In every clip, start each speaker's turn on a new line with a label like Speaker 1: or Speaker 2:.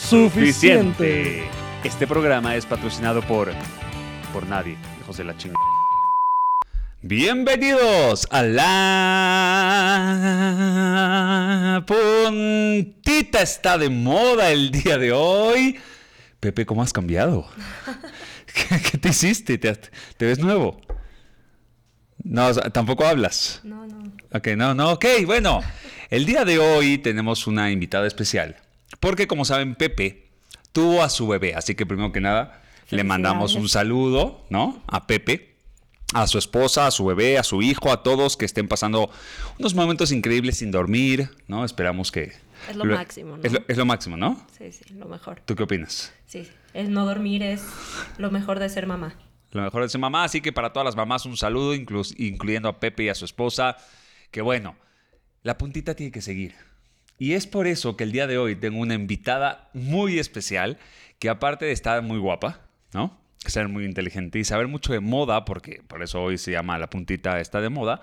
Speaker 1: suficiente. Este programa es patrocinado por. por nadie, hijos de la chingada. Bienvenidos a la puntita. Está de moda el día de hoy. Pepe, ¿cómo has cambiado? ¿Qué, qué te hiciste? ¿Te, te ves nuevo? No, o sea, tampoco hablas.
Speaker 2: No, no.
Speaker 1: Ok, no, no, ok, bueno. El día de hoy tenemos una invitada especial. Porque como saben, Pepe tuvo a su bebé. Así que primero que nada, le mandamos un saludo, ¿no? A Pepe, a su esposa, a su bebé, a su hijo, a todos que estén pasando unos momentos increíbles sin dormir, ¿no? Esperamos que...
Speaker 2: Es lo máximo, ¿no?
Speaker 1: Es lo, es lo máximo, ¿no?
Speaker 2: Sí, sí, lo mejor.
Speaker 1: ¿Tú qué opinas?
Speaker 2: Sí, el no dormir es lo mejor de ser mamá.
Speaker 1: Lo mejor es ser mamá, así que para todas las mamás un saludo, inclus- incluyendo a Pepe y a su esposa. Que bueno, la puntita tiene que seguir. Y es por eso que el día de hoy tengo una invitada muy especial, que aparte de estar muy guapa, ¿no? Ser muy inteligente y saber mucho de moda, porque por eso hoy se llama La puntita está de moda.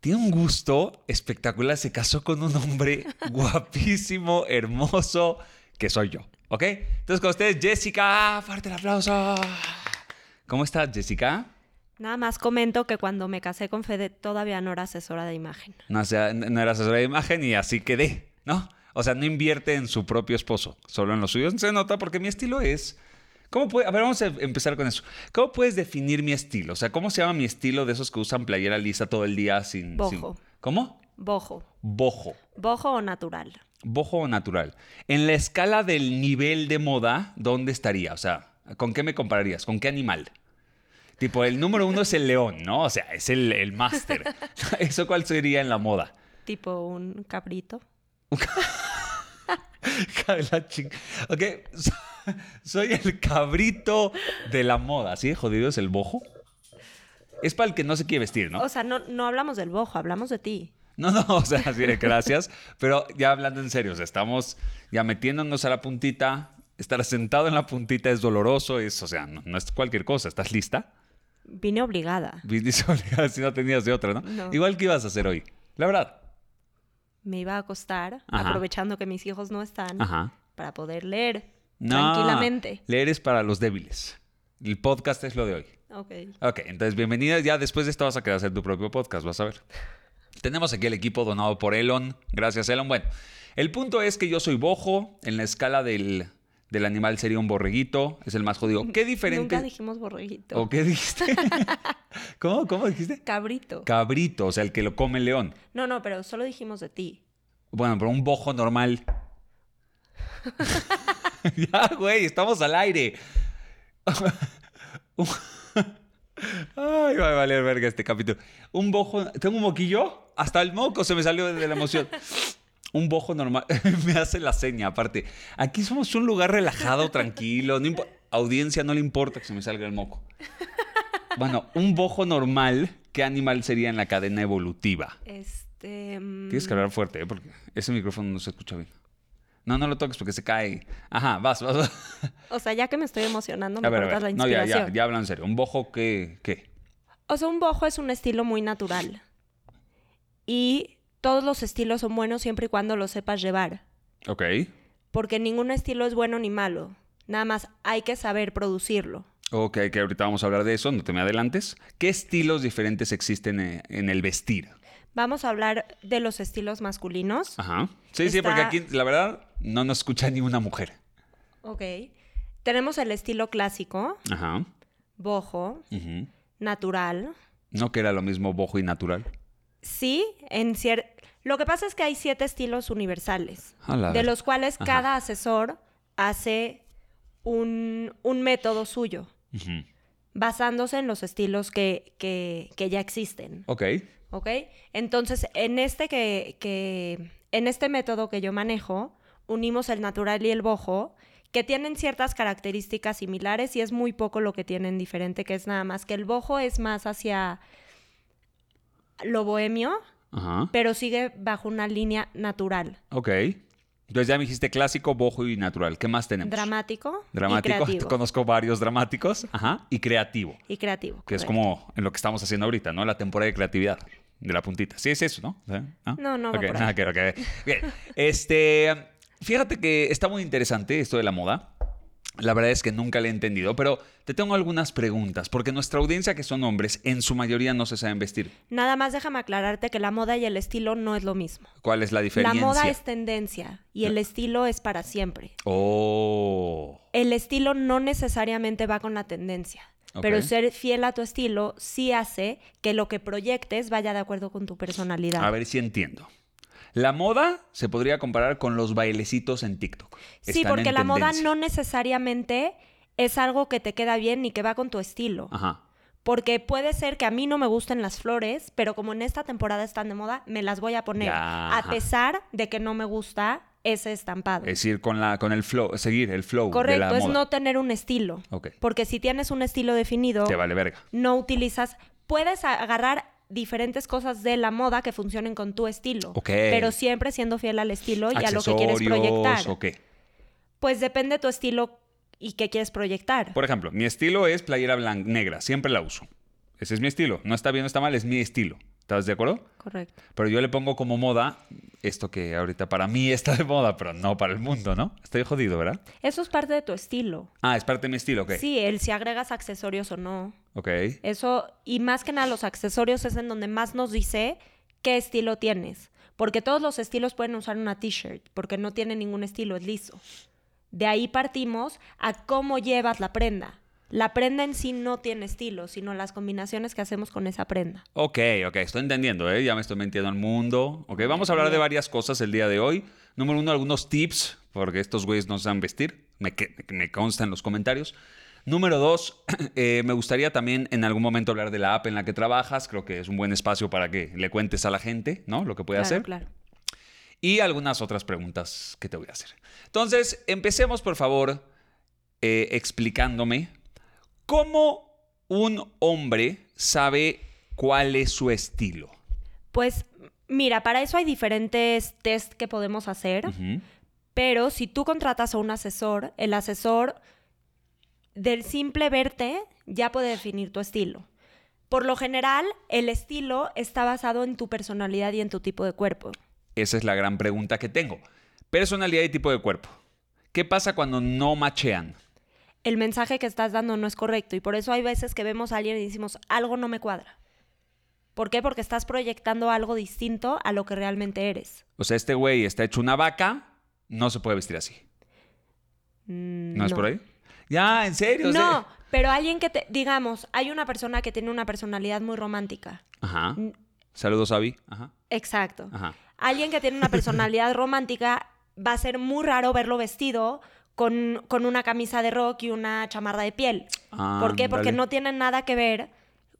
Speaker 1: Tiene un gusto espectacular, se casó con un hombre guapísimo, hermoso, que soy yo, ¿ok? Entonces con ustedes, Jessica, fuerte el aplauso. ¿Cómo estás, Jessica?
Speaker 2: Nada más comento que cuando me casé con Fede todavía no era asesora de imagen.
Speaker 1: No, o sea, n- no era asesora de imagen y así quedé, ¿no? O sea, no invierte en su propio esposo, solo en los suyos. Se nota porque mi estilo es... ¿Cómo puede, a ver, vamos a empezar con eso. ¿Cómo puedes definir mi estilo? O sea, ¿cómo se llama mi estilo de esos que usan playera lisa todo el día sin... sin-
Speaker 2: Bojo.
Speaker 1: ¿Cómo?
Speaker 2: Bojo.
Speaker 1: Bojo.
Speaker 2: Bojo o natural.
Speaker 1: Bojo o natural. En la escala del nivel de moda, ¿dónde estaría? O sea, ¿con qué me compararías? ¿Con qué animal? Tipo, el número uno es el león, ¿no? O sea, es el, el máster. ¿Eso cuál sería en la moda?
Speaker 2: Tipo un cabrito.
Speaker 1: La ching- ok, so- soy el cabrito de la moda. ¿Sí? Jodido es el bojo. Es para el que no se quiere vestir, ¿no?
Speaker 2: O sea, no, no hablamos del bojo, hablamos de ti.
Speaker 1: No, no, o sea, sí, gracias. Pero ya hablando en serio, o sea, estamos ya metiéndonos a la puntita. Estar sentado en la puntita es doloroso, es, o sea, no, no es cualquier cosa. ¿Estás lista?
Speaker 2: Vine obligada.
Speaker 1: Viniste obligada, si no tenías de otra, ¿no?
Speaker 2: No.
Speaker 1: Igual que ibas a hacer hoy. La verdad.
Speaker 2: Me iba a acostar,
Speaker 1: Ajá.
Speaker 2: aprovechando que mis hijos no están,
Speaker 1: Ajá.
Speaker 2: para poder leer
Speaker 1: No,
Speaker 2: tranquilamente.
Speaker 1: Leer es para los débiles. El podcast es lo de hoy.
Speaker 2: Ok.
Speaker 1: Ok, entonces bienvenida. Ya después de esto vas a querer hacer tu propio podcast, vas a ver. Tenemos aquí el equipo donado por Elon. Gracias, Elon. Bueno, el punto es que yo soy bojo. En la escala del, del animal sería un borreguito. Es el más jodido. ¿Qué diferente?
Speaker 2: Nunca dijimos borreguito.
Speaker 1: ¿O qué dijiste? ¿Cómo? ¿Cómo dijiste?
Speaker 2: Cabrito.
Speaker 1: Cabrito, o sea, el que lo come el león.
Speaker 2: no, no, pero solo dijimos de ti.
Speaker 1: Bueno, pero un bojo normal. ya, güey, estamos al aire. Ay, va a valer verga este capítulo. Un bojo. ¿Tengo un moquillo? Hasta el moco se me salió de la emoción. Un bojo normal. me hace la seña, aparte. Aquí somos un lugar relajado, tranquilo. No impo- audiencia no le importa que se me salga el moco. Bueno, un bojo normal, ¿qué animal sería en la cadena evolutiva?
Speaker 2: Este. mm,
Speaker 1: Tienes que hablar fuerte, ¿eh? porque ese micrófono no se escucha bien. No, no lo toques porque se cae. Ajá, vas, vas. vas.
Speaker 2: O sea, ya que me estoy emocionando,
Speaker 1: a
Speaker 2: me
Speaker 1: ver, a
Speaker 2: cortas la
Speaker 1: ver. No, ya,
Speaker 2: inspiración.
Speaker 1: ya, ya habla en serio. ¿Un bojo qué? ¿Qué?
Speaker 2: O sea, un bojo es un estilo muy natural. Y todos los estilos son buenos siempre y cuando los sepas llevar.
Speaker 1: Ok.
Speaker 2: Porque ningún estilo es bueno ni malo. Nada más hay que saber producirlo.
Speaker 1: Ok, que ahorita vamos a hablar de eso, no te me adelantes. ¿Qué estilos diferentes existen eh, en el vestir?
Speaker 2: Vamos a hablar de los estilos masculinos.
Speaker 1: Ajá. Sí, sí,
Speaker 2: Está-
Speaker 1: porque aquí, la verdad, no nos escucha ni una mujer.
Speaker 2: Ok. Tenemos el estilo clásico,
Speaker 1: Ajá.
Speaker 2: bojo,
Speaker 1: Ujú.
Speaker 2: natural.
Speaker 1: No que era lo mismo bojo y natural.
Speaker 2: Sí, en cier- Lo que pasa es que hay siete estilos universales,
Speaker 1: A la
Speaker 2: de
Speaker 1: ver-
Speaker 2: los cuales
Speaker 1: Ajá.
Speaker 2: cada asesor hace un, un método suyo.
Speaker 1: Ujú.
Speaker 2: basándose en los estilos que, que- que ya existen,
Speaker 1: Ok.
Speaker 2: ¿ok? Entonces, en este, que, que- en este método que yo manejo, unimos el natural y el bojo, que tienen ciertas características similares y es muy poco lo que tienen diferente, que es nada más que el bojo es más hacia lo bohemio,
Speaker 1: Ajá.
Speaker 2: pero sigue bajo una línea natural,
Speaker 1: Ok. Entonces ya me dijiste clásico, bojo y natural. ¿Qué más tenemos?
Speaker 2: dramático, y
Speaker 1: Dramático.
Speaker 2: creativo.
Speaker 1: Conozco varios dramáticos. Ajá. Y creativo.
Speaker 2: Y creativo.
Speaker 1: Que es
Speaker 2: correcto.
Speaker 1: como en lo que estamos haciendo ahorita, ¿no? La temporada de creatividad de la puntita. Sí, es eso, ¿no? ¿Sí? ¿Ah?
Speaker 2: No, no va
Speaker 1: Ok,
Speaker 2: por ahí.
Speaker 1: nada que ver, ok. Bien. Este, fíjate que está muy interesante esto de la moda. La verdad es que nunca le he entendido, pero te tengo algunas preguntas, porque nuestra audiencia, que son hombres, en su mayoría no se saben vestir.
Speaker 2: Nada más déjame aclararte que la moda y el estilo no es lo mismo.
Speaker 1: ¿Cuál es la
Speaker 2: La
Speaker 1: diferencia?
Speaker 2: moda es tendencia y
Speaker 1: Eh.
Speaker 2: el estilo es para siempre.
Speaker 1: Oh.
Speaker 2: El estilo no necesariamente va con la tendencia,
Speaker 1: Ok.
Speaker 2: pero ser fiel a tu estilo sí hace que lo que proyectes vaya de acuerdo con tu personalidad.
Speaker 1: A ver si entiendo. La moda se podría comparar con los bailecitos en TikTok.
Speaker 2: sí,
Speaker 1: Están
Speaker 2: porque
Speaker 1: en
Speaker 2: la moda
Speaker 1: tendencia.
Speaker 2: no necesariamente es algo que te queda bien ni que va con tu estilo.
Speaker 1: Ajá.
Speaker 2: Porque puede ser que a mí no me gusten las flores, pero como en esta temporada están de moda, me las voy a poner.
Speaker 1: Ya,
Speaker 2: A
Speaker 1: ajá.
Speaker 2: pesar de que no me gusta ese estampado.
Speaker 1: Es ir con, la, con el flow, seguir el flow de
Speaker 2: Correcto,
Speaker 1: la
Speaker 2: es
Speaker 1: moda.
Speaker 2: no tener un estilo.
Speaker 1: Ok.
Speaker 2: Porque si tienes un estilo definido,
Speaker 1: Te vale verga.
Speaker 2: no utilizas, puedes a- agarrar diferentes cosas de la moda que funcionen con tu estilo,
Speaker 1: Ok.
Speaker 2: pero siempre siendo fiel al estilo y a lo que quieres
Speaker 1: Accesorios
Speaker 2: proyectar.
Speaker 1: o qué.
Speaker 2: Pues depende tu estilo y qué quieres proyectar.
Speaker 1: Por ejemplo, mi estilo es playera blanca negra, siempre la uso. Ese es mi estilo. No está bien, no está mal, es mi estilo. ¿Estás de acuerdo?
Speaker 2: Correcto.
Speaker 1: Pero yo le pongo como moda esto que ahorita para mí está de moda, pero no para el mundo, ¿no? Estoy jodido, ¿verdad?
Speaker 2: Eso es parte de tu estilo.
Speaker 1: Ah, es parte de mi estilo, ok.
Speaker 2: Sí, el si agregas accesorios o no.
Speaker 1: Ok.
Speaker 2: Eso, y más que nada los accesorios es en donde más nos dice qué estilo tienes. Porque todos los estilos pueden usar una t-shirt, porque no tiene ningún estilo, es liso. De ahí partimos a cómo llevas la prenda. La prenda en sí no tiene estilo, sino las combinaciones que hacemos con esa prenda.
Speaker 1: Ok, ok, estoy entendiendo, ¿eh? ya me estoy metiendo al mundo. Ok, vamos a hablar de varias cosas el día de hoy. Número uno, algunos tips, porque estos güeyes no saben vestir, me, que- me consta en los comentarios. Número dos, eh, me gustaría también en algún momento hablar de la app en la que trabajas, creo que es un buen espacio para que le cuentes a la gente, ¿no? Lo que puede
Speaker 2: Claro,
Speaker 1: hacer.
Speaker 2: claro.
Speaker 1: Y algunas otras preguntas que te voy a hacer. Entonces, empecemos por favor eh, explicándome cómo un hombre sabe cuál es su estilo.
Speaker 2: Pues mira, para eso hay diferentes test que podemos hacer.
Speaker 1: Ujú.
Speaker 2: Pero si tú contratas a un asesor, el asesor del simple verte ya puede definir tu estilo. Por lo general, el estilo está basado en tu personalidad y en tu tipo de cuerpo.
Speaker 1: Esa es la gran pregunta que tengo. Personalidad y tipo de cuerpo. ¿Qué pasa cuando no machean?
Speaker 2: El mensaje que estás dando no es correcto y por eso hay veces que vemos a alguien y decimos, algo no me cuadra. ¿Por qué? Porque estás proyectando algo distinto a lo que realmente eres.
Speaker 1: O sea, este güey está hecho una vaca, no se puede vestir así.
Speaker 2: Mm,
Speaker 1: ¿No, es por ahí? Ya, en serio. O sea-
Speaker 2: No, pero alguien que te, digamos, hay una persona que tiene una personalidad muy romántica.
Speaker 1: Ajá.
Speaker 2: Mm.
Speaker 1: Saludos, Avi. Ajá.
Speaker 2: Exacto.
Speaker 1: Ajá.
Speaker 2: alguien que tiene una personalidad romántica va a ser muy raro verlo vestido con, con una camisa de rock y una chamarra de piel. ¿Por qué? Porque
Speaker 1: Ándale.
Speaker 2: no tiene nada que ver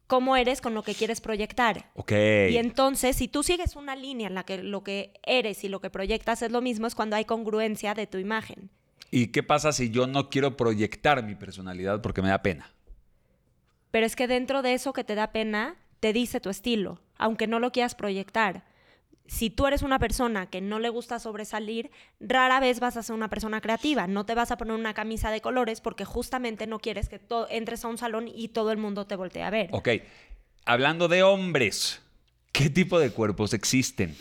Speaker 2: cómo eres con lo que quieres proyectar.
Speaker 1: Ok.
Speaker 2: Y entonces, si tú sigues una línea en la que lo que eres y lo que proyectas es lo mismo, es cuando hay congruencia de tu imagen.
Speaker 1: ¿Y qué pasa si yo no quiero proyectar mi personalidad porque me da pena?
Speaker 2: Pero es que dentro de eso que te da pena, te dice tu estilo, aunque no lo quieras proyectar. Si tú eres una persona que no le gusta sobresalir, rara vez vas a ser una persona creativa. No te vas a poner una camisa de colores porque justamente no quieres que to- entres a un salón y todo el mundo te voltee a ver.
Speaker 1: Ok, hablando de hombres, ¿qué tipo de cuerpos existen?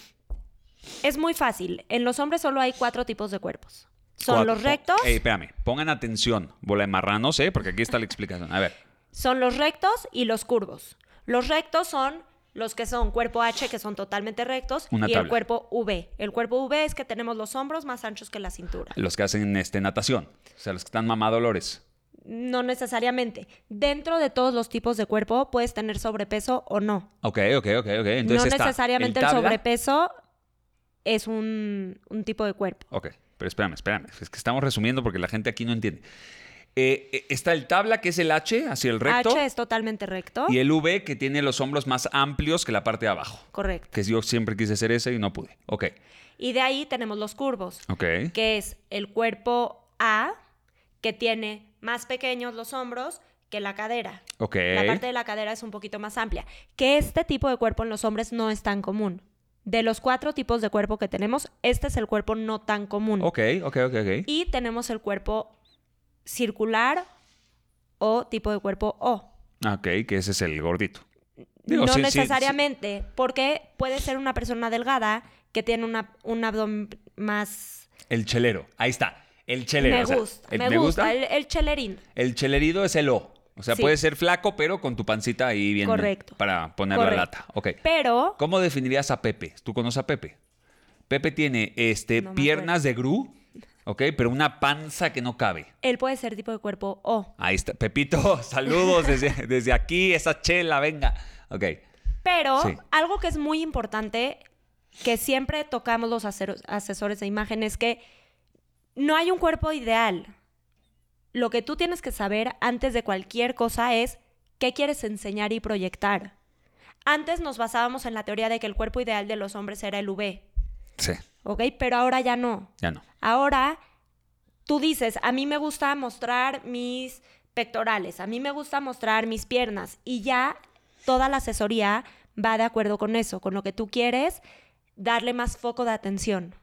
Speaker 2: Es muy fácil. En los hombres solo hay cuatro tipos de cuerpos. Son
Speaker 1: Cuatro-
Speaker 2: los rectos,
Speaker 1: Ey, espérame, pongan atención, bola de marranos, ¿eh? Porque aquí está la explicación. A ver,
Speaker 2: son los rectos y los curvos. Los rectos son los que son cuerpo H, que son totalmente rectos,
Speaker 1: Una
Speaker 2: y
Speaker 1: tabla.
Speaker 2: el cuerpo V. El cuerpo V es que tenemos los hombros más anchos que la cintura.
Speaker 1: los que hacen este, natación, o sea, los que están mamadolores.
Speaker 2: No necesariamente. Dentro de todos los tipos de cuerpo puedes tener sobrepeso o no.
Speaker 1: Ok, ok, ok, ok. Entonces
Speaker 2: no
Speaker 1: está
Speaker 2: necesariamente el,
Speaker 1: tabla-
Speaker 2: sobrepeso es un, un tipo de cuerpo.
Speaker 1: Ok, pero espérame, espérame. Es que estamos resumiendo porque la gente aquí no entiende. Eh, eh, está el tabla, que es el H, hacia el recto.
Speaker 2: H es totalmente recto.
Speaker 1: Y el V, que tiene los hombros más amplios que la parte de abajo.
Speaker 2: Correcto.
Speaker 1: que yo siempre quise ser ese y no pude. Ok,
Speaker 2: Y de ahí tenemos los curvos,
Speaker 1: ok.
Speaker 2: que es el cuerpo A, que tiene más pequeños los hombros que la cadera.
Speaker 1: Ok.
Speaker 2: La parte de la cadera es un poquito más amplia. Que este tipo de cuerpo en los hombres no es tan común. De los cuatro tipos de cuerpo que tenemos, este es el cuerpo no tan común.
Speaker 1: Ok, ok, ok, ok.
Speaker 2: Y tenemos el cuerpo circular o tipo de cuerpo O.
Speaker 1: Ok, que ese es el gordito. Digo,
Speaker 2: no
Speaker 1: sí, sí, sí.
Speaker 2: necesariamente, porque puede ser una persona delgada que tiene una, un abdomen más...
Speaker 1: El chelero. Ahí está. El chelero.
Speaker 2: me
Speaker 1: o sea, ¿eh,
Speaker 2: gusta,
Speaker 1: el-
Speaker 2: me, gusta, el, el chelerín.
Speaker 1: El chelerido es el O. O sea,
Speaker 2: Sí.
Speaker 1: puede ser flaco, pero con tu pancita ahí bien.
Speaker 2: Correcto.
Speaker 1: Para poner la
Speaker 2: Correcto.
Speaker 1: lata. Ok.
Speaker 2: Pero,
Speaker 1: ¿Cómo definirías a Pepe? ¿Tú conoces a Pepe? Pepe tiene este,
Speaker 2: No me
Speaker 1: piernas de grú, ok, pero una panza que no cabe.
Speaker 2: él puede ser tipo de cuerpo O.
Speaker 1: Ahí está. Pepito, saludos desde, desde aquí, esa chela, venga. Ok.
Speaker 2: Pero
Speaker 1: Sí.
Speaker 2: algo que es muy importante, que siempre tocamos los acero- asesores de imagen, es que no hay un cuerpo ideal. Lo que tú tienes que saber antes de cualquier cosa es qué quieres enseñar y proyectar. Antes nos basábamos en la teoría de que el cuerpo ideal de los hombres era el V,
Speaker 1: Sí,
Speaker 2: ¿ok? Pero ahora ya no.
Speaker 1: ya no.
Speaker 2: Ahora, tú dices, a mí me gusta mostrar mis pectorales, a mí me gusta mostrar mis piernas y ya toda la asesoría va de acuerdo con eso, con lo que tú quieres, darle más foco de atención.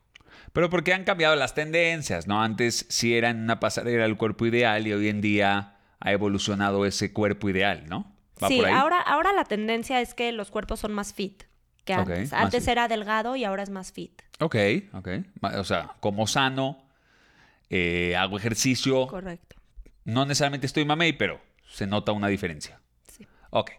Speaker 1: Pero porque han cambiado las tendencias, ¿no? Antes sí era en una pasarela el cuerpo ideal y hoy en día ha evolucionado ese cuerpo ideal, ¿no? ¿Va
Speaker 2: sí,
Speaker 1: por ahí?
Speaker 2: ahora, ahora la tendencia es que los cuerpos son más fit que
Speaker 1: Ok,
Speaker 2: antes.
Speaker 1: más
Speaker 2: antes
Speaker 1: fit.
Speaker 2: era delgado y ahora es más fit.
Speaker 1: Ok, ok. Ma- O sea, como sano, eh, hago ejercicio.
Speaker 2: Correcto.
Speaker 1: No necesariamente estoy mamey, pero se nota una diferencia.
Speaker 2: Sí.
Speaker 1: Ok.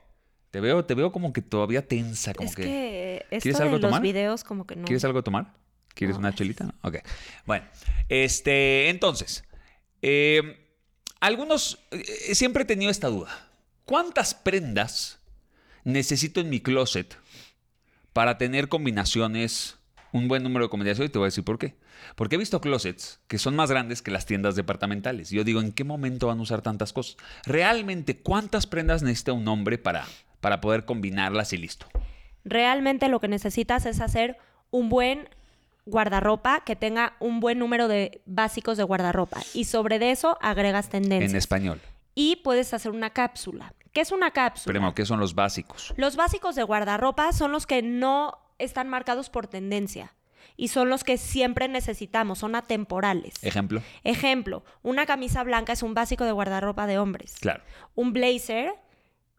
Speaker 1: Te veo, te veo como que todavía tensa, como
Speaker 2: Es que, esto
Speaker 1: ¿Quieres
Speaker 2: de
Speaker 1: algo
Speaker 2: los
Speaker 1: tomar?
Speaker 2: videos como que no.
Speaker 1: ¿Quieres algo de tomar? ¿Quieres
Speaker 2: No,
Speaker 1: una
Speaker 2: gracias.
Speaker 1: chelita? No. Ok. Bueno, este, entonces, eh, algunos, eh, siempre he tenido esta duda. ¿Cuántas prendas necesito en mi closet para tener combinaciones, un buen número de combinaciones? Y te voy a decir por qué. Porque he visto closets que son más grandes que las tiendas departamentales. Yo digo, ¿en qué momento van a usar tantas cosas? Realmente, ¿cuántas prendas necesita un hombre para, para poder combinarlas y listo?
Speaker 2: Realmente lo que necesitas es hacer un buen guardarropa que tenga un buen número de básicos de guardarropa y sobre de eso agregas tendencias.
Speaker 1: En español.
Speaker 2: y puedes hacer una cápsula. ¿Qué es una cápsula?
Speaker 1: Primo, ¿qué son los básicos?
Speaker 2: Los básicos de guardarropa son los que no están marcados por tendencia y son los que siempre necesitamos, son atemporales.
Speaker 1: Ejemplo.
Speaker 2: Ejemplo, una camisa blanca es un básico de guardarropa de hombres.
Speaker 1: Claro.
Speaker 2: Un blazer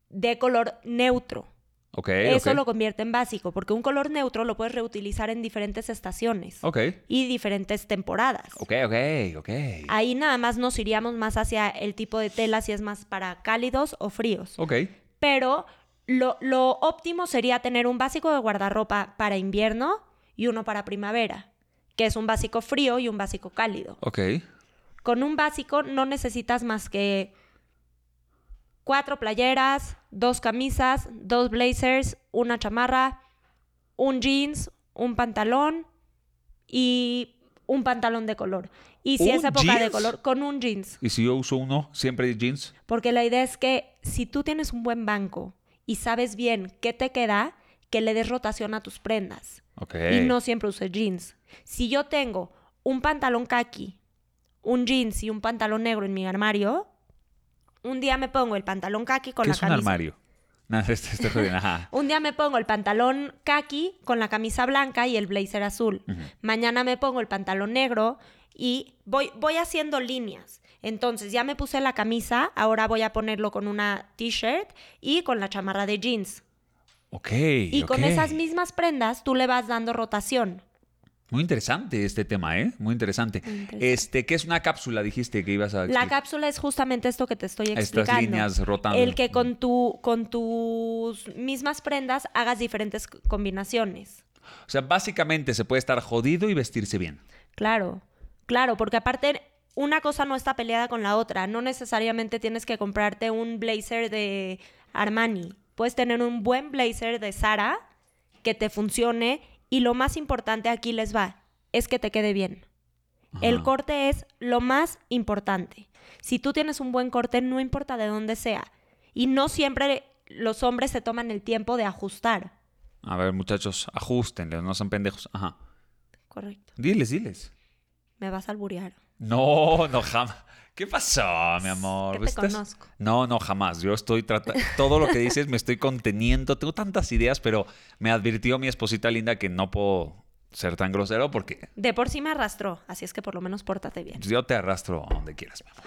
Speaker 2: de color neutro.
Speaker 1: Ok.
Speaker 2: Eso
Speaker 1: ok.
Speaker 2: lo convierte en básico, porque un color neutro lo puedes reutilizar en diferentes estaciones
Speaker 1: Ok.
Speaker 2: y diferentes temporadas.
Speaker 1: Ok, ok, ok.
Speaker 2: Ahí nada más nos iríamos más hacia el tipo de tela, si es más para cálidos o fríos.
Speaker 1: Ok.
Speaker 2: Pero lo, lo óptimo sería tener un básico de guardarropa para invierno y uno para primavera, que es un básico frío y un básico cálido.
Speaker 1: Ok.
Speaker 2: Con un básico no necesitas más que cuatro playeras, dos camisas, dos blazers, una chamarra, un jeans, un pantalón y un pantalón de color. Y si
Speaker 1: ¿Un
Speaker 2: es época de
Speaker 1: jeans?
Speaker 2: color, con un jeans.
Speaker 1: ¿Y si yo uso uno siempre jeans?
Speaker 2: Porque la idea es que si tú tienes un buen banco y sabes bien qué te queda, que le des rotación a tus prendas
Speaker 1: Ok.
Speaker 2: y no siempre use jeans. Si yo tengo un pantalón kaki, un jeans y un pantalón negro en mi armario, un día me pongo el pantalón kaki con
Speaker 1: ¿Qué
Speaker 2: la
Speaker 1: es un
Speaker 2: camisa.
Speaker 1: armario? Nada, este- este jodiendo, ajá.
Speaker 2: Un día me pongo el pantalón kaki con la camisa blanca y el blazer azul.
Speaker 1: Ujú.
Speaker 2: Mañana me pongo el pantalón negro y voy, voy haciendo líneas. Entonces ya me puse la camisa, ahora voy a ponerlo con una t-shirt y con la chamarra de jeans.
Speaker 1: Ok.
Speaker 2: Y con
Speaker 1: ok.
Speaker 2: esas mismas prendas tú le vas dando rotación.
Speaker 1: Muy interesante este tema, ¿eh? Muy interesante.
Speaker 2: Muy interesante.
Speaker 1: Este, ¿qué es una cápsula? Dijiste que ibas a.
Speaker 2: La
Speaker 1: explicar.
Speaker 2: cápsula es justamente esto que te estoy explicando.
Speaker 1: Estas líneas rotando.
Speaker 2: El que con, tu, con tus mismas prendas hagas diferentes c- combinaciones.
Speaker 1: O sea, básicamente se puede estar jodido y vestirse bien.
Speaker 2: Claro, claro, porque aparte una cosa no está peleada con la otra. No necesariamente tienes que comprarte un blazer de Armani. Puedes tener un buen blazer de Sara que te funcione y lo más importante aquí les va, es que te quede bien. El
Speaker 1: Ajá.
Speaker 2: corte es lo más importante. Si tú tienes un buen corte, no importa de dónde sea. Y no siempre los hombres se toman el tiempo de ajustar.
Speaker 1: A ver, muchachos, ajustenle, no sean pendejos. Ajá.
Speaker 2: Correcto.
Speaker 1: Diles, diles.
Speaker 2: Me vas a alburear.
Speaker 1: No, no, jamás. ¿Qué pasó, mi amor?
Speaker 2: Que te
Speaker 1: Estás-
Speaker 2: conozco.
Speaker 1: No, no, jamás. Yo estoy tratando. Todo lo que dices me estoy conteniendo. Tengo tantas ideas, pero me advirtió mi esposita linda que no puedo ser tan grosero porque
Speaker 2: De por sí me arrastró, así es que por lo menos pórtate bien.
Speaker 1: yo te arrastro a donde quieras, mi amor.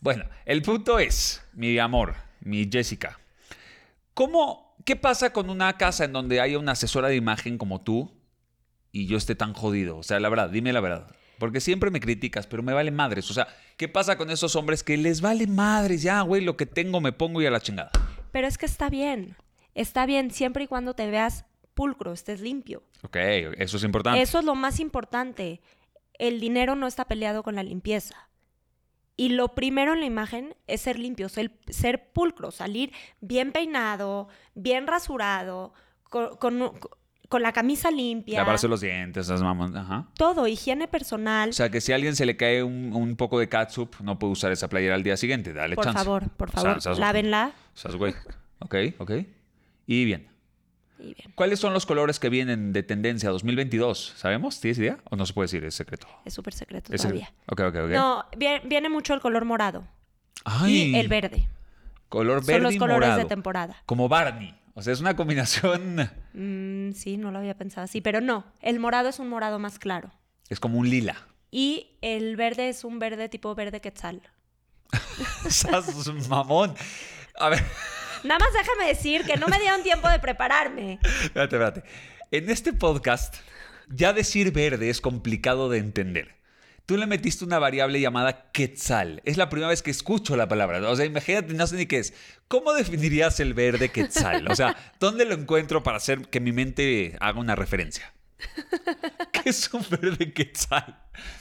Speaker 1: Bueno, el punto es, mi amor, mi Jessica, ¿cómo, ¿qué pasa con una casa en donde haya una asesora de imagen como tú y yo esté tan jodido? O sea, la verdad, dime la verdad. Porque siempre me criticas, pero me vale madres. O sea, ¿qué pasa con esos hombres que les vale madres? Ya, güey, lo que tengo me pongo y a la chingada.
Speaker 2: Pero es que está bien. Está bien siempre y cuando te veas pulcro, estés limpio.
Speaker 1: Ok, eso es importante.
Speaker 2: Eso es lo más importante. El dinero no está peleado con la limpieza. Y lo primero en la imagen es ser limpio, ser, ser pulcro, salir bien peinado, bien rasurado, con, con- con la camisa limpia.
Speaker 1: Lavarse los dientes, esas mamás. Ajá.
Speaker 2: Todo, higiene personal.
Speaker 1: O sea, que si a alguien se le cae un, un poco de catsup, no puede usar esa playera al día siguiente. Dale
Speaker 2: por
Speaker 1: chance.
Speaker 2: favor, por
Speaker 1: O sea,
Speaker 2: favor,
Speaker 1: seas-
Speaker 2: lávenla
Speaker 1: seas güey. Ok, ok. Y bien.
Speaker 2: y bien.
Speaker 1: ¿Cuáles son los colores que vienen de tendencia 2022? ¿Sabemos? ¿Tienes idea? ¿O no se puede decir? Es secreto.
Speaker 2: Es súper secreto
Speaker 1: Es
Speaker 2: todavía.
Speaker 1: secreto. Ok, ok, ok.
Speaker 2: No, vie- viene mucho el color morado
Speaker 1: Ay,
Speaker 2: y el verde.
Speaker 1: Color verde
Speaker 2: Son los
Speaker 1: y
Speaker 2: colores
Speaker 1: morado.
Speaker 2: de temporada.
Speaker 1: Como Barney. O sea, es una combinación...
Speaker 2: Mm, sí, no lo había pensado así, pero no. El morado es un morado más claro.
Speaker 1: Es como un lila.
Speaker 2: Y el verde es un verde tipo verde quetzal.
Speaker 1: Estás mamón. A ver,
Speaker 2: Nada más déjame decir que no me dieron tiempo de prepararme.
Speaker 1: espérate, espérate. En este podcast, ya decir verde es complicado de entender. Tú le metiste una variable llamada quetzal. Es la primera vez que escucho la palabra. O sea, imagínate, no sé ni qué es. ¿Cómo definirías el verde quetzal? O sea, ¿dónde lo encuentro para hacer que mi mente haga una referencia? ¿Qué es un verde quetzal?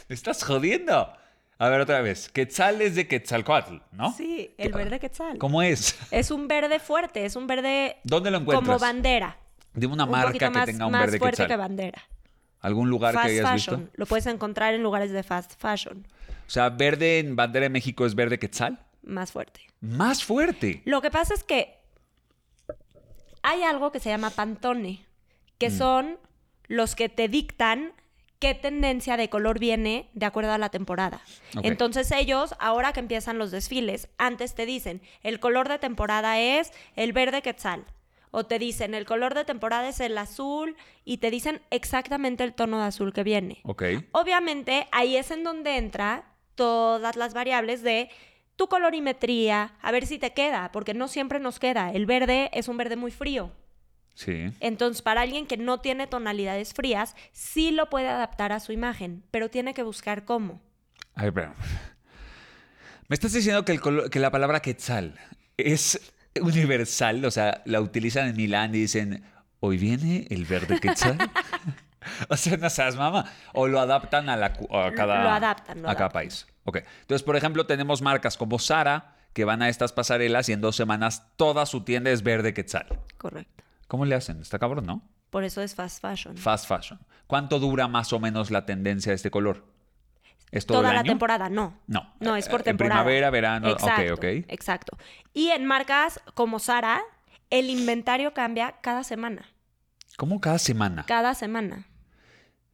Speaker 1: ¿Me estás jodiendo? A ver, otra vez. Quetzal es de Quetzalcoatl, ¿no?
Speaker 2: Sí, el verde quetzal.
Speaker 1: ¿Cómo es?
Speaker 2: Es un verde fuerte, es un verde
Speaker 1: ¿Dónde lo encuentras?
Speaker 2: como bandera.
Speaker 1: Dime una
Speaker 2: un
Speaker 1: marca
Speaker 2: poquito
Speaker 1: que
Speaker 2: más,
Speaker 1: tenga un
Speaker 2: más
Speaker 1: verde
Speaker 2: fuerte
Speaker 1: quetzal.
Speaker 2: que bandera.
Speaker 1: ¿Algún lugar
Speaker 2: Fast
Speaker 1: que hayas
Speaker 2: fashion.
Speaker 1: visto?
Speaker 2: Lo puedes encontrar en lugares de fast fashion.
Speaker 1: O sea, verde en bandera de México es verde quetzal.
Speaker 2: Más fuerte.
Speaker 1: Más fuerte.
Speaker 2: Lo que pasa es que hay algo que se llama pantone, que son los que te dictan qué tendencia de color viene de acuerdo a la temporada.
Speaker 1: Ok.
Speaker 2: Entonces ellos, ahora que empiezan los desfiles, antes te dicen, el color de temporada es el verde quetzal. O te dicen, el color de temporada es el azul y te dicen exactamente el tono de azul que viene.
Speaker 1: Ok.
Speaker 2: Obviamente, ahí es en donde entra todas las variables de tu colorimetría, a ver si te queda, porque no siempre nos queda. El verde es un verde muy frío.
Speaker 1: Sí.
Speaker 2: Entonces, para alguien que no tiene tonalidades frías, sí lo puede adaptar a su imagen, pero tiene que buscar cómo.
Speaker 1: A ver, pero. Me estás diciendo que, el colo- que la palabra quetzal es universal. O sea, la utilizan en Milán y dicen, hoy viene el verde quetzal. o sea, no seas mamá. O lo adaptan a, la, cu- a
Speaker 2: Lo-
Speaker 1: cada,
Speaker 2: lo adaptan, lo
Speaker 1: a cada
Speaker 2: adaptan.
Speaker 1: país. Ok. Entonces, por ejemplo, tenemos marcas como Sara que van a estas pasarelas y en dos semanas toda su tienda es verde quetzal.
Speaker 2: Correcto.
Speaker 1: ¿Cómo le hacen? Está cabrón, ¿no?
Speaker 2: Por eso es fast fashion.
Speaker 1: Fast fashion. ¿Cuánto dura más o menos la tendencia de este color? ¿Es todo
Speaker 2: Toda
Speaker 1: el
Speaker 2: la
Speaker 1: año?
Speaker 2: temporada, no.
Speaker 1: No.
Speaker 2: No, es por
Speaker 1: Eh, eh,
Speaker 2: temporada.
Speaker 1: Primavera, verano.
Speaker 2: Exacto,
Speaker 1: Ok, ok.
Speaker 2: Exacto. Y en marcas como Sara, el inventario cambia cada semana.
Speaker 1: ¿Cómo cada semana?
Speaker 2: Cada semana.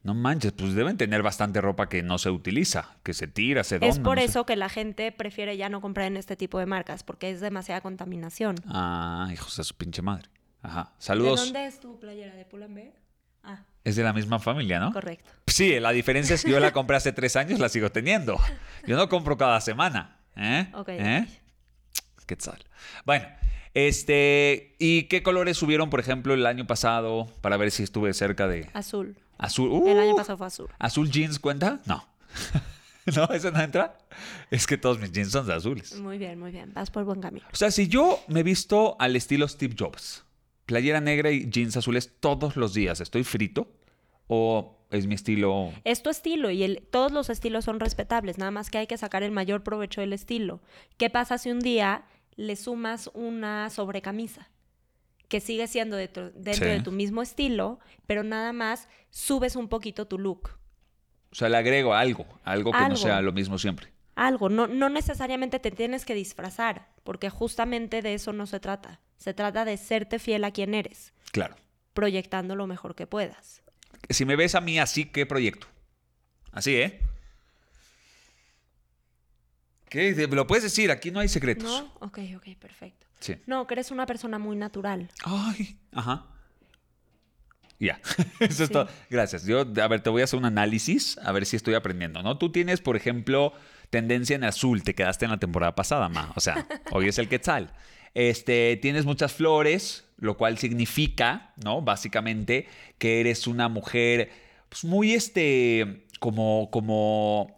Speaker 1: No manches, pues deben tener bastante ropa que no se utiliza, que se tira, se dona.
Speaker 2: Es por
Speaker 1: no sé.
Speaker 2: eso que la gente prefiere ya no comprar en este tipo de marcas, porque es demasiada contaminación.
Speaker 1: Ah, hijos de su pinche madre. Ajá. Saludos.
Speaker 2: ¿De dónde es tu playera? ¿De Pull&Bear? Ah,
Speaker 1: Es de la misma familia, ¿no?
Speaker 2: correcto.
Speaker 1: Sí, la diferencia es que yo la compré hace tres años, la sigo teniendo. Yo no compro cada semana. ¿Eh?
Speaker 2: Ok,
Speaker 1: ¿Eh?
Speaker 2: ok.
Speaker 1: Quetzal. Bueno, este. ¿Y qué colores subieron, por ejemplo, el año pasado? Para ver si estuve cerca de.
Speaker 2: Azul.
Speaker 1: Azul.
Speaker 2: El año
Speaker 1: ¡Uh!
Speaker 2: pasado fue azul.
Speaker 1: ¿Azul jeans cuenta? No. no, eso no entra. Es que todos mis jeans son de azules.
Speaker 2: Muy bien, muy bien. Vas por buen camino.
Speaker 1: O sea, si yo me he visto al estilo Steve Jobs, playera negra y jeans azules todos los días, ¿estoy frito? ¿O es mi estilo?
Speaker 2: Es tu estilo y el- todos los estilos son respetables, nada más que hay que sacar el mayor provecho del estilo. ¿Qué pasa si un día le sumas una sobrecamisa? Que sigue siendo de tu- dentro
Speaker 1: Sí.
Speaker 2: de tu mismo estilo, pero nada más subes un poquito tu look.
Speaker 1: O sea, le agrego algo, algo que no
Speaker 2: Algo.
Speaker 1: sea lo mismo siempre.
Speaker 2: algo. No, no necesariamente te tienes que disfrazar, porque justamente de eso no se trata. Se trata de serte fiel a quien eres,
Speaker 1: Claro.
Speaker 2: proyectando lo mejor que puedas.
Speaker 1: Si me ves a mí así, ¿qué proyecto? Así, ¿eh? ¿Qué? De- Lo puedes decir, aquí no hay secretos.
Speaker 2: ¿No? Ok, ok, perfecto.
Speaker 1: Sí.
Speaker 2: No, que eres una persona muy natural.
Speaker 1: Ay, ajá. Ya, eso es
Speaker 2: Sí.
Speaker 1: todo. Gracias. Yo, a ver, te voy a hacer un análisis, a ver si estoy aprendiendo, ¿no? Tú tienes, por ejemplo, tendencia en azul, te quedaste en la temporada pasada, ma. O sea, hoy es el quetzal. Este, tienes muchas flores, lo cual significa, ¿no? Básicamente, que eres una mujer, pues, muy, este, como, como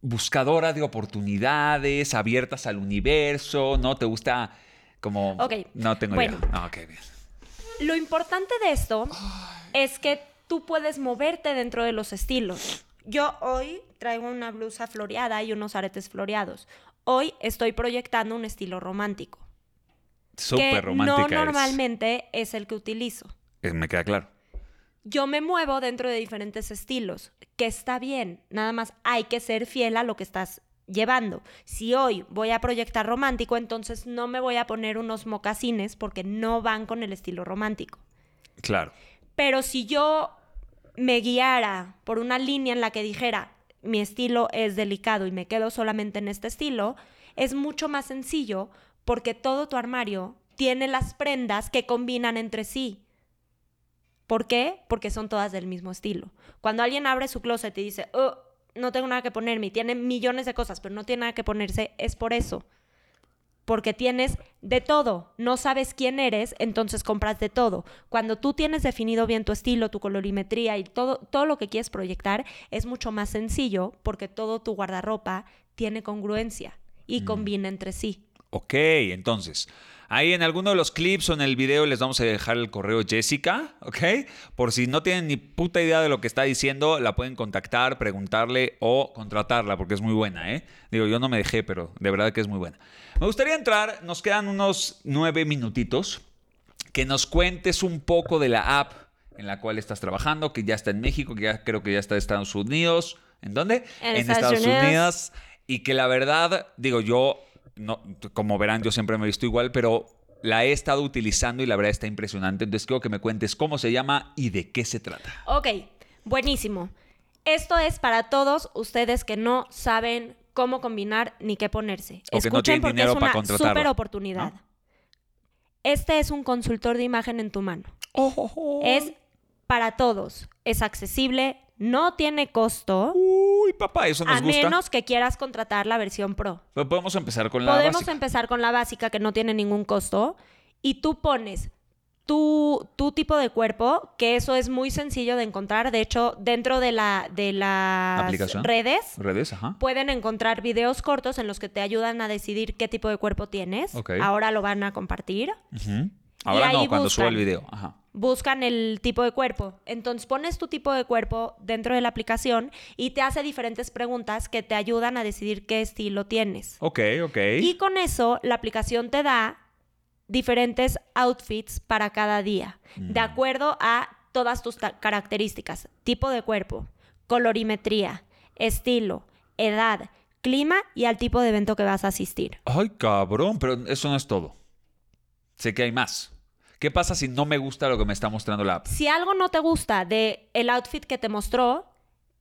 Speaker 1: buscadora de oportunidades, abiertas al universo, ¿no? Te gusta como...
Speaker 2: Ok,
Speaker 1: No tengo
Speaker 2: bueno.
Speaker 1: idea. Ah, ok, bien.
Speaker 2: Lo importante de esto es que tú puedes moverte dentro de los estilos. Yo hoy traigo una blusa floreada y unos aretes floreados. Hoy estoy proyectando un estilo romántico. que
Speaker 1: Súper romántica
Speaker 2: no
Speaker 1: eres.
Speaker 2: normalmente es el que utilizo.
Speaker 1: Eh, Me queda claro.
Speaker 2: Yo me muevo dentro de diferentes estilos, que está bien, nada más hay que ser fiel a lo que estás llevando. Si hoy voy a proyectar romántico, entonces no me voy a poner unos mocasines porque no van con el estilo romántico.
Speaker 1: Claro.
Speaker 2: Pero si yo me guiara por una línea en la que dijera, mi estilo es delicado y me quedo solamente en este estilo, es mucho más sencillo porque todo tu armario tiene las prendas que combinan entre sí. ¿Por qué? Porque son todas del mismo estilo. Cuando alguien abre su closet y dice, "Oh, no tengo nada que ponerme, y tiene millones de cosas, pero no tiene nada que ponerse, es por eso. Porque tienes de todo, no sabes quién eres, entonces compras de todo. Cuando tú tienes definido bien tu estilo, tu colorimetría y todo, todo lo que quieres proyectar, es mucho más sencillo porque todo tu guardarropa tiene congruencia
Speaker 1: Mm.
Speaker 2: y combina entre sí.
Speaker 1: Ok, entonces, ahí en alguno de los clips o en el video les vamos a dejar el correo Jessica, ¿ok? Por si no tienen ni puta idea de lo que está diciendo, la pueden contactar, preguntarle o contratarla, porque es muy buena, ¿eh? Digo, yo no me dejé, pero de verdad que es muy buena. Me gustaría entrar, nos quedan unos nueve minutitos, que nos cuentes un poco de la app en la cual estás trabajando, que ya está en México, que ya creo que ya está en Estados Unidos. ¿En dónde?
Speaker 2: En Estados Unidos.
Speaker 1: Unidos. Y que la verdad, digo, yo, no, como verán, yo siempre me he visto igual, pero la he estado utilizando y la verdad está impresionante. Entonces quiero que me cuentes cómo se llama y de qué se trata.
Speaker 2: Ok, buenísimo. Esto es para todos ustedes que no saben cómo combinar ni qué ponerse.
Speaker 1: O que no tienen
Speaker 2: Escuchen porque
Speaker 1: dinero
Speaker 2: es
Speaker 1: para
Speaker 2: una
Speaker 1: contratarlo,
Speaker 2: súper oportunidad.
Speaker 1: ¿no?
Speaker 2: Este es un consultor de imagen en tu mano.
Speaker 1: ¡Oh!
Speaker 2: Es para todos. Es accesible, no tiene costo,
Speaker 1: ¡Uy, papá! Eso nos
Speaker 2: a
Speaker 1: gusta.
Speaker 2: menos que quieras contratar la versión Pro.
Speaker 1: Pero podemos empezar con la
Speaker 2: Podemos
Speaker 1: básica.
Speaker 2: empezar con la básica que no tiene ningún costo y tú pones tu, tu tipo de cuerpo, que eso es muy sencillo de encontrar. De hecho, dentro de, la, de las
Speaker 1: ¿Aplicación?
Speaker 2: redes
Speaker 1: Redes, ajá.
Speaker 2: pueden encontrar videos cortos en los que te ayudan a decidir qué tipo de cuerpo tienes.
Speaker 1: Ok.
Speaker 2: Ahora lo van a compartir.
Speaker 1: Ujú. Ahora
Speaker 2: ahí
Speaker 1: no, cuando suba el
Speaker 2: buscan.
Speaker 1: video. Ajá.
Speaker 2: Buscan el tipo de cuerpo. Entonces pones tu tipo de cuerpo dentro de la aplicación y te hace diferentes preguntas que te ayudan a decidir qué estilo tienes.
Speaker 1: Ok, ok.
Speaker 2: Y con eso, la aplicación te da diferentes outfits para cada día, de
Speaker 1: Mm.
Speaker 2: acuerdo a todas tus ta- características, tipo de cuerpo, colorimetría, estilo, edad, clima y al tipo de evento que vas a asistir.
Speaker 1: Ay, cabrón, pero eso no es todo. Sé que hay más. ¿Qué pasa si no me gusta lo que me está mostrando la app?
Speaker 2: Si algo no te gusta de el outfit que te mostró,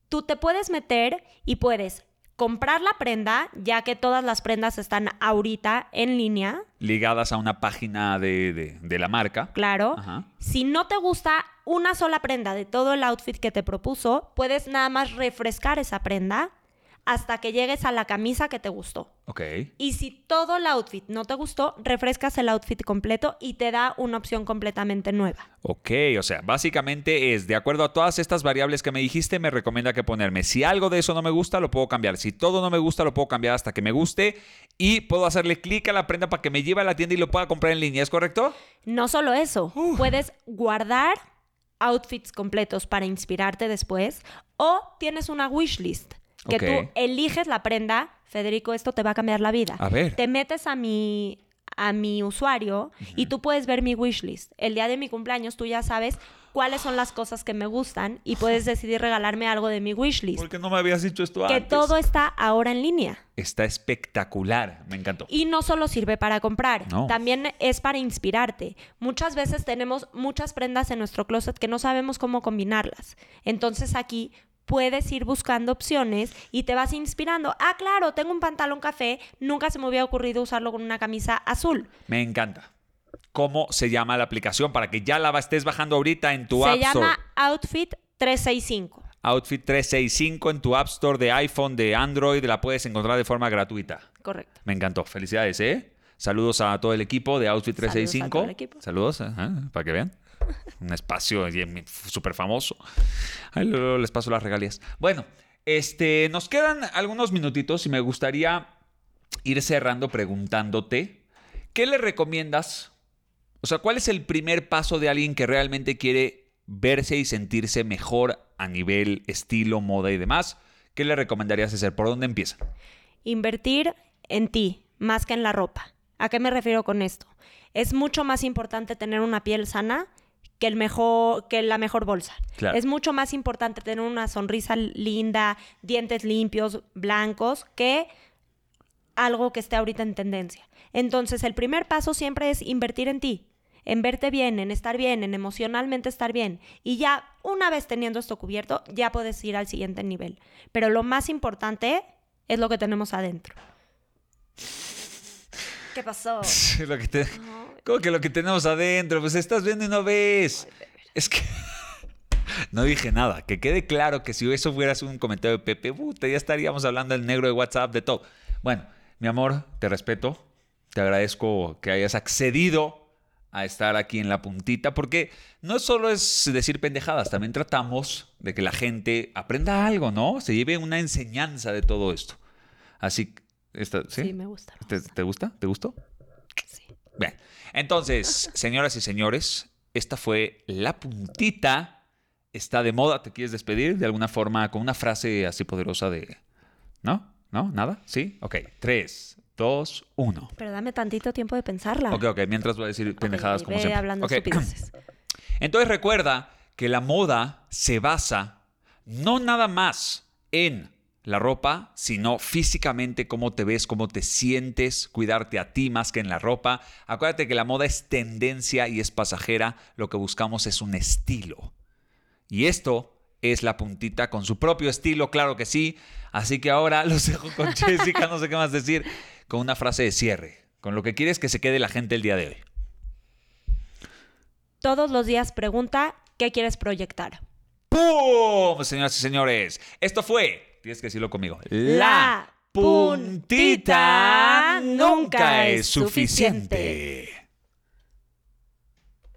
Speaker 2: tú te puedes meter y puedes comprar la prenda, ya que todas las prendas están ahorita en línea,
Speaker 1: Ligadas a una página de, de- de la marca.
Speaker 2: claro.
Speaker 1: Ajá.
Speaker 2: Si no te gusta una sola prenda de todo el outfit que te propuso, puedes nada más refrescar esa prenda hasta que llegues a la camisa que te gustó.
Speaker 1: Ok.
Speaker 2: Y si todo el outfit no te gustó, refrescas el outfit completo y te da una opción completamente nueva.
Speaker 1: Ok, o sea, básicamente es, de acuerdo a todas estas variables que me dijiste, me recomienda que ponerme. Si algo de eso no me gusta, lo puedo cambiar. Si todo no me gusta, lo puedo cambiar hasta que me guste. Y puedo hacerle clic a la prenda para que me lleve a la tienda y lo pueda comprar en línea, ¿es correcto?
Speaker 2: No solo eso, puedes guardar outfits completos para inspirarte después o tienes una wishlist que
Speaker 1: Ok.
Speaker 2: tú eliges la prenda, Federico, esto te va a cambiar la vida.
Speaker 1: A ver.
Speaker 2: te metes a mi a mi usuario y tú puedes ver mi wishlist. El día de mi cumpleaños tú ya sabes cuáles son las cosas que me gustan y puedes decidir regalarme algo de mi wishlist.
Speaker 1: ¿Por qué no me habías dicho esto
Speaker 2: Que
Speaker 1: antes?
Speaker 2: todo está ahora en línea.
Speaker 1: Está espectacular, me encantó.
Speaker 2: Y no solo sirve para comprar,
Speaker 1: No.
Speaker 2: también es para inspirarte. Muchas veces tenemos muchas prendas en nuestro closet que no sabemos cómo combinarlas. Entonces aquí puedes ir buscando opciones y te vas inspirando. Ah, claro, tengo un pantalón café, nunca se me hubiera ocurrido usarlo con una camisa azul.
Speaker 1: Me encanta. ¿Cómo se llama la aplicación? Para que ya la estés bajando ahorita en tu
Speaker 2: se
Speaker 1: App Store.
Speaker 2: llama Outfit 365.
Speaker 1: Outfit 365 en tu App Store de iPhone, de Android, la puedes encontrar de forma gratuita.
Speaker 2: Correcto.
Speaker 1: Me encantó. Felicidades, ¿eh? Saludos a todo el equipo de Outfit
Speaker 2: Saludos a
Speaker 1: 365.
Speaker 2: todo el equipo.
Speaker 1: Saludos, ajá, para que vean. Un espacio y- y súper famoso. Ahí luego les paso las regalías. Bueno, este, nos quedan algunos minutitos y me gustaría ir cerrando preguntándote, ¿qué le recomiendas? O sea, ¿cuál es el primer paso de alguien que realmente quiere verse y sentirse mejor a nivel estilo, moda y demás? ¿Qué le recomendarías hacer? ¿Por dónde empieza?
Speaker 2: Invertir en ti, más que en la ropa. ¿A qué me refiero con esto? Es mucho más importante tener una piel sana que, el mejor, que la mejor bolsa.
Speaker 1: Claro.
Speaker 2: Es mucho más importante tener una sonrisa linda, dientes limpios, blancos, que algo que esté ahorita en tendencia. Entonces, el primer paso siempre es invertir en ti, en verte bien, en estar bien, en emocionalmente estar bien. Y ya, una vez teniendo esto cubierto, ya puedes ir al siguiente nivel. Pero lo más importante es lo que tenemos adentro. ¿Qué pasó?
Speaker 1: Lo que te- ¿Cómo que lo que tenemos adentro? Pues estás viendo y no ves. Es que. No dije nada. Que quede claro que si eso fuera un comentario de Pepe, puta, ya estaríamos hablando del negro de WhatsApp, de todo. Bueno, mi amor, te respeto. Te agradezco que hayas accedido a estar aquí en la puntita, porque no solo es decir pendejadas, también tratamos de que la gente aprenda algo, ¿no? Se lleve una enseñanza de todo esto. Así, esta- ¿sí?
Speaker 2: Sí, me gusta. me
Speaker 1: ¿Te,
Speaker 2: gusta,
Speaker 1: te gusta? ¿Te gustó?
Speaker 2: sí.
Speaker 1: Bien. Entonces, señoras y señores, esta fue la puntita. Está de moda. ¿Te quieres despedir de alguna forma con una frase así poderosa de. ¿No? ¿No? ¿Nada? ¿Sí? Ok. Tres, dos, uno.
Speaker 2: Pero dame tantito tiempo de pensarla.
Speaker 1: Ok, ok. Mientras voy a decir
Speaker 2: Ok,
Speaker 1: pendejadas
Speaker 2: ve
Speaker 1: como siempre.
Speaker 2: hablando
Speaker 1: Ok.
Speaker 2: estupideces.
Speaker 1: Entonces recuerda que la moda se basa no nada más en la ropa, sino físicamente cómo te ves, cómo te sientes, cuidarte a ti más que en la ropa. Acuérdate que la moda es tendencia y es pasajera, lo que buscamos es un estilo. Y esto es la puntita con su propio estilo, claro que sí. Así que ahora los dejo con Jessica, no sé qué más decir, con una frase de cierre, con lo que quieres que se quede la gente el día de hoy.
Speaker 2: Todos los días pregunta, ¿qué quieres proyectar?
Speaker 1: ¡Pum! Señoras y señores, esto fue, tienes que decirlo conmigo,
Speaker 2: La puntita nunca es suficiente.